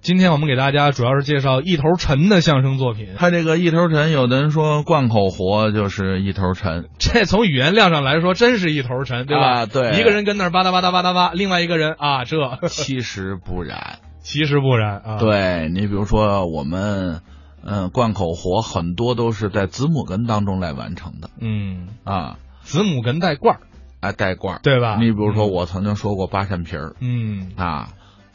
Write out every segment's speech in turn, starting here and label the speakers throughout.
Speaker 1: 今天我们给大家主要是介绍一头沉的相声作品。
Speaker 2: 他这个一头沉，有的人说贯口活就是一头沉，
Speaker 1: 这从语言量上来说，真是一头沉，对吧？
Speaker 2: 啊对
Speaker 1: 一个人跟那儿吧嗒吧嗒吧嗒吧，另外一个人啊，这
Speaker 2: 其实不然。
Speaker 1: 其实不然啊。，
Speaker 2: 对你比如说我们，嗯，贯口活很多都是在子母根当中来完成的
Speaker 1: 嗯，
Speaker 2: 啊，
Speaker 1: 子母哏带罐儿，
Speaker 2: 哎，带罐儿。
Speaker 1: 对啊嗯吧？
Speaker 2: 你比如说我曾经说过八扇皮儿
Speaker 1: 嗯
Speaker 2: 啊，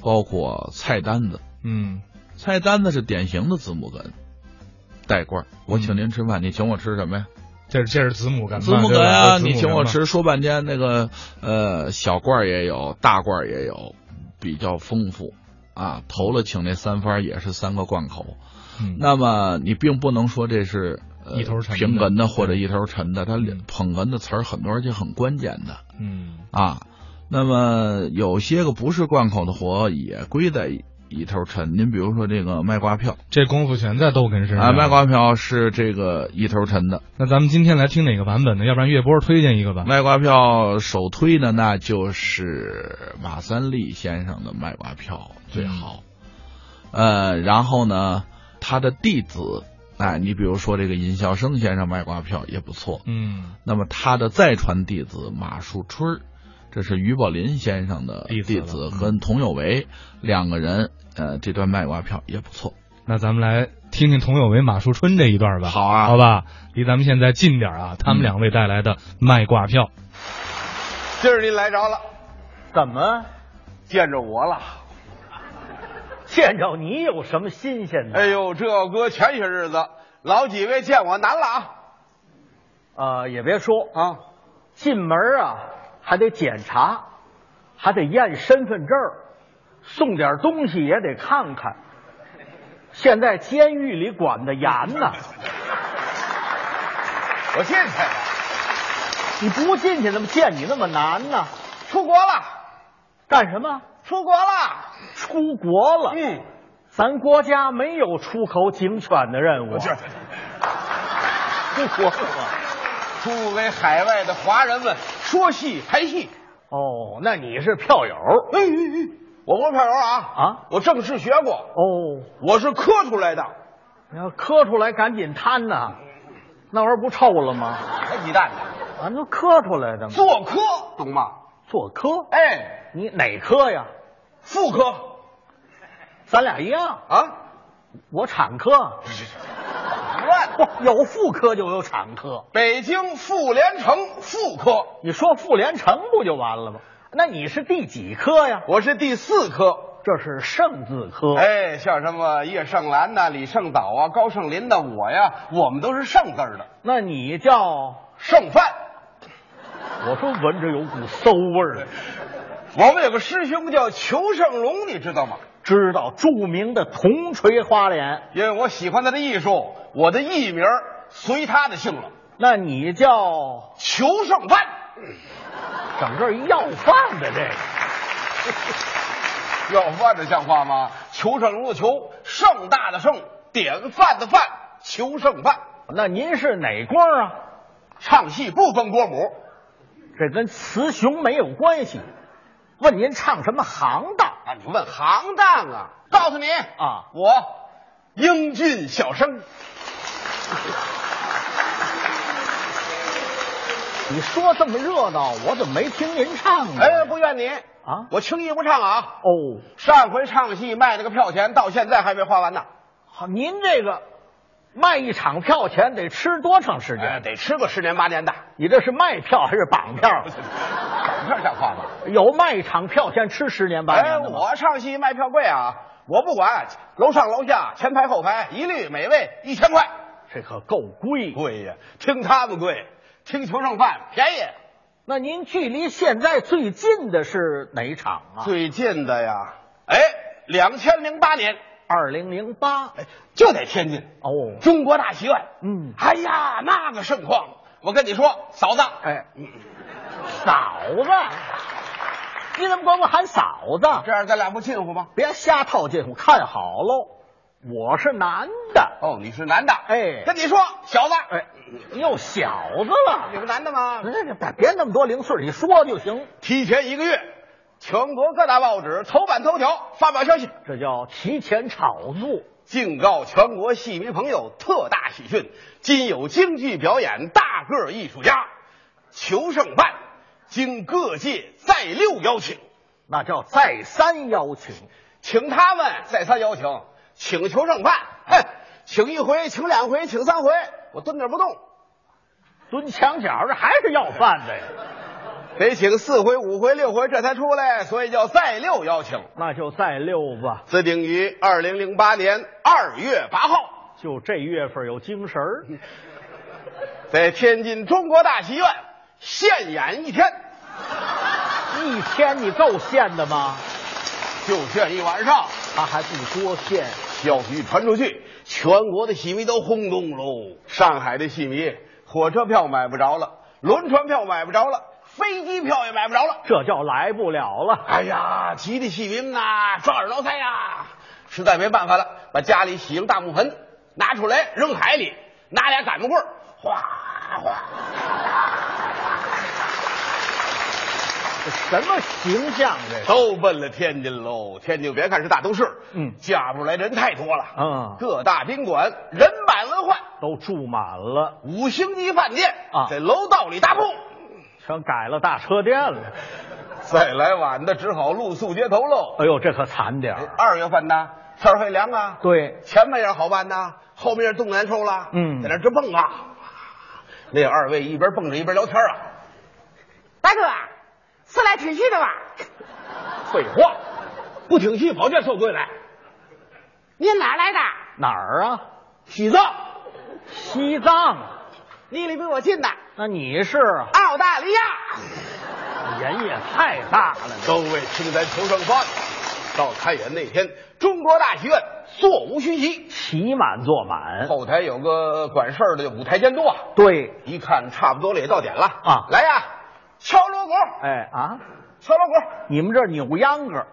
Speaker 2: 包括菜单子，
Speaker 1: 嗯，
Speaker 2: 菜单子是典型的子母根。带罐儿，我请您吃饭，你请我吃什么呀？
Speaker 1: 这是这是子母哏嘛，
Speaker 2: 子母
Speaker 1: 对
Speaker 2: 根
Speaker 1: 吧哦
Speaker 2: 啊，
Speaker 1: 子母
Speaker 2: 你请
Speaker 1: 哏
Speaker 2: 我
Speaker 1: 嘛
Speaker 2: 吃，说半天那个呃小罐儿也有，大罐儿也有，比较丰富啊。投了请那三番儿也是三个罐口，
Speaker 1: 嗯
Speaker 2: 那么你并不能说这是。呃
Speaker 1: 一头沉的
Speaker 2: 平哏的或者一头沉的，它
Speaker 1: 嗯
Speaker 2: 捧哏的词儿很多，而且很关键的
Speaker 1: 嗯
Speaker 2: 啊。那么有些个不是贯口的活也归在一一头沉。您比如说这个卖瓜票
Speaker 1: 这功夫全在逗哏身上
Speaker 2: 啊，卖瓜票是这个一头沉的，
Speaker 1: 那咱们今天来听哪个版本呢？要不然岳波推荐一个吧。
Speaker 2: 啊卖瓜票首推的那就是马三立先生的卖瓜票最好。
Speaker 1: 嗯
Speaker 2: 呃，然后呢，他的弟子，哎，你比如说这个尹笑生先生卖瓜票也不错。
Speaker 1: 嗯，
Speaker 2: 那么他的再传弟子马树春儿，这是于宝林先生的
Speaker 1: 弟
Speaker 2: 弟
Speaker 1: 子了
Speaker 2: 子，
Speaker 1: 嗯
Speaker 2: 跟佟有为两个人，呃，这段卖瓜票也不错。
Speaker 1: 那咱们来听听佟有为、马树春这一段吧。
Speaker 2: 好啊
Speaker 1: 好吧，离咱们现在近点儿啊。他们
Speaker 2: 嗯
Speaker 1: 两位带来的卖挂票，
Speaker 3: 今儿您来着了，
Speaker 4: 怎么
Speaker 3: 见着我了。
Speaker 4: 见着你有什么新鲜的？
Speaker 3: 哎呦，这搁前些日子，老几位见我难了啊
Speaker 4: 呃，也别说，
Speaker 3: 啊！
Speaker 4: 进门啊还得检查，还得验身份证儿，送点东西也得看看。现在监狱里管的严呐，
Speaker 3: 我进去了，
Speaker 4: 你不进去怎么见你那么难呢？
Speaker 3: 出国了，
Speaker 4: 干什么？
Speaker 3: 出国了。
Speaker 4: 出国了？
Speaker 3: 嗯，
Speaker 4: 咱国家没有出口警犬的任务
Speaker 3: 我
Speaker 4: 啊。
Speaker 3: 去，出国了出给海外的华人们说戏拍戏。
Speaker 4: 哦，那你是票友
Speaker 3: 哎哎哎，我不是票友啊
Speaker 4: 啊
Speaker 3: 我正式学过，
Speaker 4: 哦？
Speaker 3: 我是磕出来的。
Speaker 4: 你要磕出来赶紧摊呐，那玩意儿不臭了吗？
Speaker 3: 哎，你蛋的，
Speaker 4: 俺都磕出来的嘛。
Speaker 3: 做科懂吗？
Speaker 4: 做科？
Speaker 3: 哎，
Speaker 4: 你哪科呀？
Speaker 3: 副科
Speaker 4: 咱俩一样，
Speaker 3: 啊，
Speaker 4: 我产科。
Speaker 3: 乱。
Speaker 4: 嚯，有副科就有产科。
Speaker 3: 北京妇联城妇科，
Speaker 4: 你说妇联城不就完了吗？那你是第几科呀？
Speaker 3: 我是第四科。
Speaker 4: 这是圣字科。，
Speaker 3: 哎，像什么叶圣兰呐、李圣藻啊、高圣林呐、我呀，我们都是圣字儿的
Speaker 4: 那你叫……
Speaker 3: 剩饭。
Speaker 4: 我说闻着有股馊味儿，
Speaker 3: 我们有个师兄叫裘圣龙，你知道吗？
Speaker 4: 知道著名的铜锤花脸。
Speaker 3: 因为我喜欢他的艺术，我的艺名儿随他的姓了，
Speaker 4: 那你叫
Speaker 3: 裘圣范。
Speaker 4: 整个一要饭的这个
Speaker 3: 要饭的像话吗？裘圣龙的裘，盛大的盛，典范的范，裘圣范。
Speaker 4: 那您是哪官儿啊？
Speaker 3: 唱戏不分国母，
Speaker 4: 这跟雌雄没有关系。问您唱什么行当？
Speaker 3: 啊，你问行当啊？告诉你
Speaker 4: 啊
Speaker 3: 我英俊小生，
Speaker 4: 你说这么热闹，我怎么没听您唱呢？
Speaker 3: 哎，不怨你
Speaker 4: 啊
Speaker 3: 我轻易不唱啊。
Speaker 4: 哦，
Speaker 3: 上回唱戏卖那个票钱，到现在还没花完呢。
Speaker 4: 好，您这个卖一场票钱得吃多长时间？
Speaker 3: 哎，得吃个十年八年的，
Speaker 4: 你这是卖票还是绑票？
Speaker 3: 这像话吗？
Speaker 4: 有卖一场票钱吃十年八
Speaker 3: 哎，
Speaker 4: 年的吗？
Speaker 3: 我唱戏卖票贵啊，我不管，楼上楼下前排后排，一律每位一千块。
Speaker 4: 这可够贵。
Speaker 3: 贵呀，听他们贵，听求剩饭便宜。
Speaker 4: 那您距离现在最近的是哪一场啊？
Speaker 3: 最近的呀，哎，两千零八年，
Speaker 4: 二零零八。
Speaker 3: 哎，就在天津。
Speaker 4: 哦，
Speaker 3: 中国大戏院。
Speaker 4: 嗯
Speaker 3: 哎呀，那个盛况！我跟你说，嫂子，
Speaker 4: 哎，嫂子，你怎么管我喊嫂子？
Speaker 3: 啊这样咱俩不近乎吗？
Speaker 4: 别瞎套近乎，看好喽，我是男的，
Speaker 3: 哦，你是男的，
Speaker 4: 哎
Speaker 3: 跟你说，小子，
Speaker 4: 哎，嗯又小子了
Speaker 3: 你。不男的吗？
Speaker 4: 别别那么多零碎，你说就行。
Speaker 3: 提前一个月，全国各大报纸头版头条发表消息，
Speaker 4: 这叫提前炒作。
Speaker 3: 敬告全国戏迷朋友特大喜讯：今有京剧表演大个儿艺术家裘胜范，经各界再六邀请，
Speaker 4: 那叫再三邀请。
Speaker 3: 请他们再三邀请，请裘胜范，哼，请一回，请两回，请三回，我蹲那不动，
Speaker 4: 蹲墙角这还是要饭的呀，
Speaker 3: 得请四回、五回、六回，这才出来，所以叫再六邀请。
Speaker 4: 那就再溜吧。
Speaker 3: 自定于二零零八年二月八号，
Speaker 4: 就这月份有精神儿，
Speaker 3: 在天津中国大戏院现演一天，
Speaker 4: 一天你够现的吗？
Speaker 3: 就这一晚上，
Speaker 4: 他还不多现，
Speaker 3: 消息传出去，全国的戏迷都轰动喽。上海的戏迷，火车票买不着了，轮船票买不着了，飞机票也买不着了。
Speaker 4: 这叫来不了了。
Speaker 3: 哎呀，急的戏民呐，抓耳挠腮呀！实在没办法了，把家里洗个大木盆拿出来扔海里，拿俩擀面棍儿哗哗，
Speaker 4: 这什么形象这是？
Speaker 3: 都奔了天津喽。天津别看是大都市，
Speaker 4: 嗯
Speaker 3: 架不出来人太多了，
Speaker 4: 嗯
Speaker 3: 各大宾馆人满为患，
Speaker 4: 都住满了，
Speaker 3: 五星级饭店
Speaker 4: 啊
Speaker 3: 在楼道里搭铺。
Speaker 4: 全改了大车店了。
Speaker 3: 再来晚的只好露宿街头喽。
Speaker 4: 哎呦，这可惨点儿。
Speaker 3: 二月份呢，天儿还凉啊，
Speaker 4: 对，
Speaker 3: 前半夜好办呐，后半夜冻难受了，
Speaker 4: 嗯
Speaker 3: 在那直蹦啊。那二位一边蹦着一边聊天啊，
Speaker 5: 大哥，是来听戏的吧？
Speaker 3: 废话，不挺戏跑这受罪来？
Speaker 5: 你哪儿来的？
Speaker 4: 哪儿啊？
Speaker 3: 喜藏，
Speaker 4: 西藏。
Speaker 5: 离得比我近的，
Speaker 4: 那你是啊
Speaker 5: 澳大利亚。
Speaker 4: 人也太大了，
Speaker 3: 各位听咱求胜饭，到开演那天，中国大戏院座无虚席，
Speaker 4: 骑满坐满。
Speaker 3: 后台有个管事儿的舞台监督啊，
Speaker 4: 对，
Speaker 3: 一看差不多了，也到点了
Speaker 4: 啊
Speaker 3: 来呀，敲锣鼓，
Speaker 4: 哎啊，
Speaker 3: 敲锣鼓，
Speaker 4: 你们这儿扭秧歌，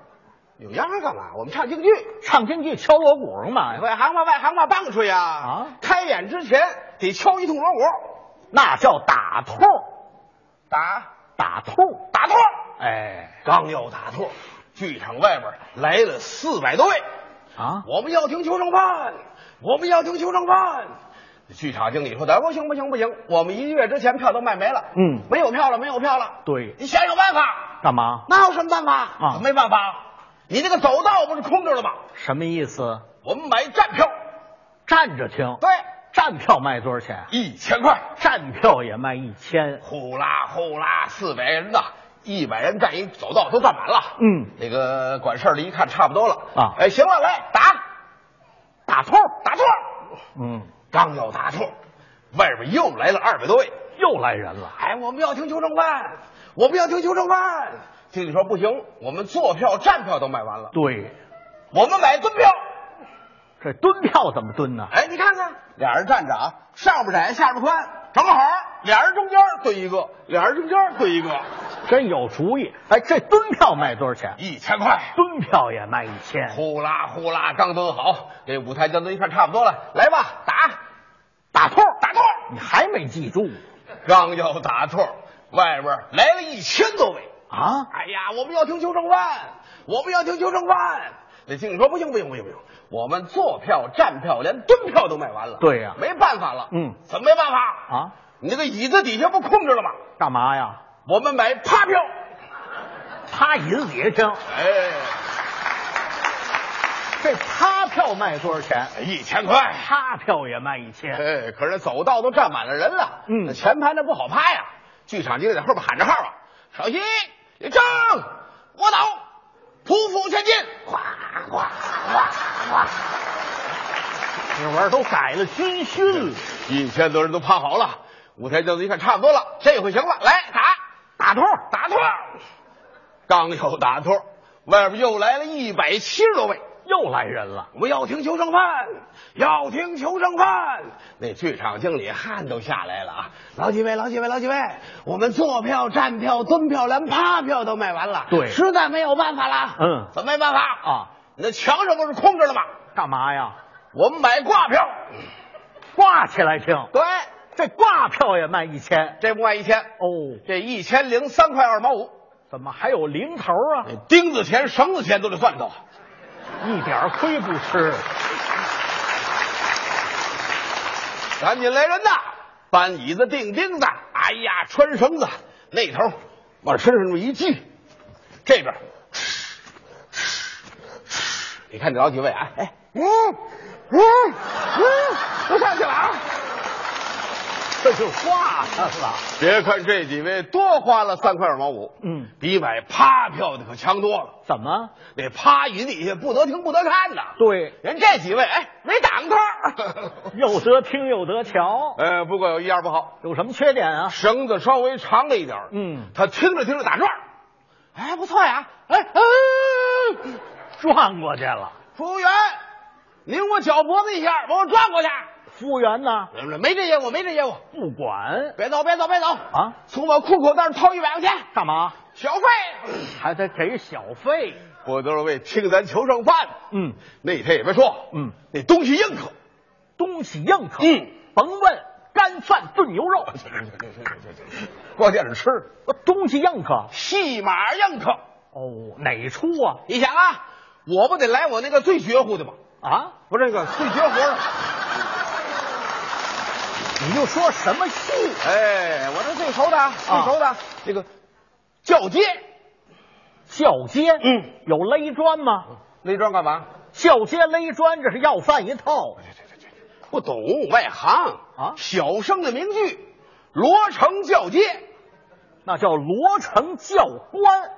Speaker 3: 有秧歌干嘛？我们唱京剧。
Speaker 4: 唱京剧敲锣鼓干嘛呀？
Speaker 3: 外行话，外行话，棒槌呀！
Speaker 4: 啊
Speaker 3: 开演之前得敲一通锣鼓，
Speaker 4: 那叫打兔，
Speaker 3: 打
Speaker 4: 打兔，
Speaker 3: 打托。
Speaker 4: 哎
Speaker 3: 刚要打托，剧场外边来了四百多位，
Speaker 4: 啊，
Speaker 3: 我们要听求生饭，我们要听求生饭。剧场经理说：“咱不行不行不行，我们一个月之前票都卖没了，
Speaker 4: 嗯
Speaker 3: 没有票了，没有票了。
Speaker 4: 对
Speaker 3: 你想想办法，
Speaker 4: 干嘛？
Speaker 3: 那有什么办法
Speaker 4: 啊
Speaker 3: 没办法，你那个走道不是空着了吗？
Speaker 4: 什么意思？
Speaker 3: 我们买站票，
Speaker 4: 站着听，
Speaker 3: 对，
Speaker 4: 站票卖多少钱？啊
Speaker 3: 一千块。”
Speaker 4: 站票也卖一千，
Speaker 3: 呼啦呼啦，四百人呐，一百人站一走道都站满了。
Speaker 4: 嗯，
Speaker 3: 那个管事儿的一看差不多了
Speaker 4: 啊
Speaker 3: 哎，行了，来打，打兔，打兔。
Speaker 4: 嗯，
Speaker 3: 刚要打兔，外边又来了二百多位。
Speaker 4: 又来人了，
Speaker 3: 哎，我们要听求证办，我们要听求证办。经理说不行，我们坐票、站票都卖完了，
Speaker 4: 对，
Speaker 3: 我们买蹲票。
Speaker 4: 这蹲票怎么蹲呢？
Speaker 3: 哎，你看看，俩人站着啊，上边窄，下边宽，正好，俩人中间对一个，俩人中间对一个，
Speaker 4: 真有主意。哎，这蹲票卖多少钱？
Speaker 3: 一千块。
Speaker 4: 蹲票也卖一千，
Speaker 3: 呼啦呼啦，刚蹲好，这舞台监督一看差不多了，来吧，打，打兔，打兔，
Speaker 4: 你还没记住
Speaker 3: 刚要打兔，外边来了一千多位。
Speaker 4: 啊？
Speaker 3: 哎呀，我们要听邱正万，我们要听邱正万。那经理说不行不行不行不行，我们坐票、站票连蹲票都卖完了。
Speaker 4: 对呀
Speaker 3: 没办法了。
Speaker 4: 嗯
Speaker 3: 怎么没办法？
Speaker 4: 啊，
Speaker 3: 你那个椅子底下不空着了吗？
Speaker 4: 干嘛呀？
Speaker 3: 我们买趴票。
Speaker 4: 趴椅子底下听，
Speaker 3: 哎，
Speaker 4: 这趴票卖多少钱？
Speaker 3: 一千块。
Speaker 4: 趴票也卖一千，
Speaker 3: 哎，可是走道都站满了人了，
Speaker 4: 嗯
Speaker 3: 那前排那不好趴呀。剧场经理在后边喊着号啊：“小心，立正，卧倒，匍匐前进，哗哗哗哗。
Speaker 4: 这玩意儿都改了军训了。”
Speaker 3: 嗯一千多人都趴好了，舞台教子一看差不多了，这回行了，来打打兔，打兔。刚要打兔，外边又来了一百七十多位。
Speaker 4: 又来人了，
Speaker 3: 我们要听求生饭，要听求生饭。那剧场经理汗都下来了啊！老几位，老几位，老几位，我们坐票、站票、蹲票、连趴票都卖完了，
Speaker 4: 对
Speaker 3: 实在没有办法了。
Speaker 4: 嗯
Speaker 3: 怎么没办法
Speaker 4: 啊？
Speaker 3: 你那墙上不是空着的吗？
Speaker 4: 干嘛呀？
Speaker 3: 我们买挂票，
Speaker 4: 挂起来听，
Speaker 3: 对，
Speaker 4: 这挂票也卖一千
Speaker 3: 这不卖一千，
Speaker 4: 哦，
Speaker 3: 这一千零三块二毛五，
Speaker 4: 怎么还有零头啊？
Speaker 3: 那钉子钱、绳子钱都得算到。
Speaker 4: 一点亏不吃。
Speaker 3: 赶紧来人呐！搬椅子、钉钉子，哎呀，穿绳子，那头往身上这么一系，这边，你看这老几位啊，哎，嗯嗯嗯，都上去了 啊！
Speaker 4: 这就挂上了。
Speaker 3: 别看这几位多花了三块二毛五，
Speaker 4: 嗯，
Speaker 3: 比买趴票的可强多了。
Speaker 4: 怎么？
Speaker 3: 那趴椅底下不得停不得看呐，
Speaker 4: 对，
Speaker 3: 人这几位哎没挡头。
Speaker 4: 又得听又得瞧，
Speaker 3: 呃，不过有一样不好，
Speaker 4: 有什么缺点啊？
Speaker 3: 绳子稍微长了一点儿，
Speaker 4: 嗯，
Speaker 3: 他听着听着打转儿，哎，不错呀，哎，哎，
Speaker 4: 转过去了。
Speaker 3: 服务员，拧我脚脖子一下，把我转过去。
Speaker 4: 服务员呢？
Speaker 3: 没这业务，没这业务，
Speaker 4: 不管
Speaker 3: 别走，别走，别走
Speaker 4: 啊！
Speaker 3: 从我裤口袋掏一百块钱
Speaker 4: 干嘛？
Speaker 3: 小费。
Speaker 4: 还得给小费。
Speaker 3: 不得为听咱求剩饭，
Speaker 4: 嗯，
Speaker 3: 那天也别说，
Speaker 4: 嗯，
Speaker 3: 那东西硬口。
Speaker 4: 东西硬口。
Speaker 3: 嗯，
Speaker 4: 甭问，干饭炖牛肉，
Speaker 3: 光惦着吃，
Speaker 4: 东西硬口。
Speaker 3: 戏码硬口。
Speaker 4: 哦，哪出啊？
Speaker 3: 你想啊，我不得来我那个最绝乎的吗？
Speaker 4: 啊，
Speaker 3: 我这个最绝活的，
Speaker 4: 你就说什么戏？
Speaker 3: 哎，我这最熟的，最熟的那个叫街，
Speaker 4: 叫街。
Speaker 3: 嗯，
Speaker 4: 有勒砖吗？
Speaker 3: 那桩干嘛？
Speaker 4: 叫街勒砖，这是要饭一套。
Speaker 3: 不懂外行
Speaker 4: 啊
Speaker 3: 小生的名句，罗成叫街，
Speaker 4: 那叫罗成教官。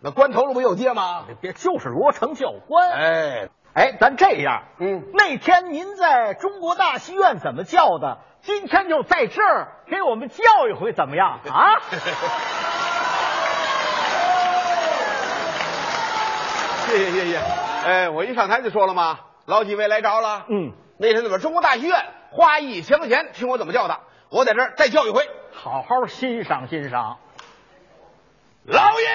Speaker 3: 那关头了不有街吗？
Speaker 4: 别，就是罗成教官。
Speaker 3: 哎，
Speaker 4: 哎，咱这样，
Speaker 3: 嗯
Speaker 4: 那天您在中国大戏院怎么叫的？今天就在这儿给我们叫一回，怎么样啊？
Speaker 3: 谢谢谢谢。哎，我一上台就说了嘛，老几位来着了。
Speaker 4: 嗯，
Speaker 3: 那天怎么中国大剧院花一千块钱听我怎么叫的，我在这儿再叫一回。
Speaker 4: 好好欣赏欣赏。
Speaker 3: 老爷，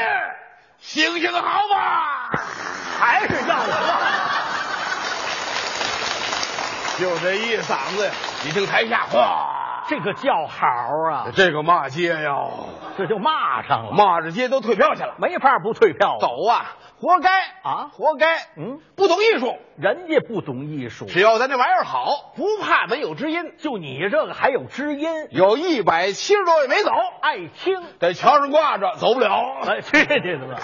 Speaker 3: 行行好吧，还是要我。就这一嗓子，你听台下哗，
Speaker 4: 这个叫好 啊，
Speaker 3: 这个骂街呀，
Speaker 4: 这就骂上了，
Speaker 3: 骂着街都退票去了。
Speaker 4: 没法不退票。，
Speaker 3: 走啊，活该
Speaker 4: 啊
Speaker 3: 活该。
Speaker 4: 嗯，
Speaker 3: 不懂艺术，
Speaker 4: 人家不懂艺术，
Speaker 3: 只要咱这玩意儿好，不怕没有知音。
Speaker 4: 就你这个还有知音，
Speaker 3: 有一百七十多位没走，
Speaker 4: 爱听。
Speaker 3: 在桥上挂着，走不了。
Speaker 4: 哎，去你的吧！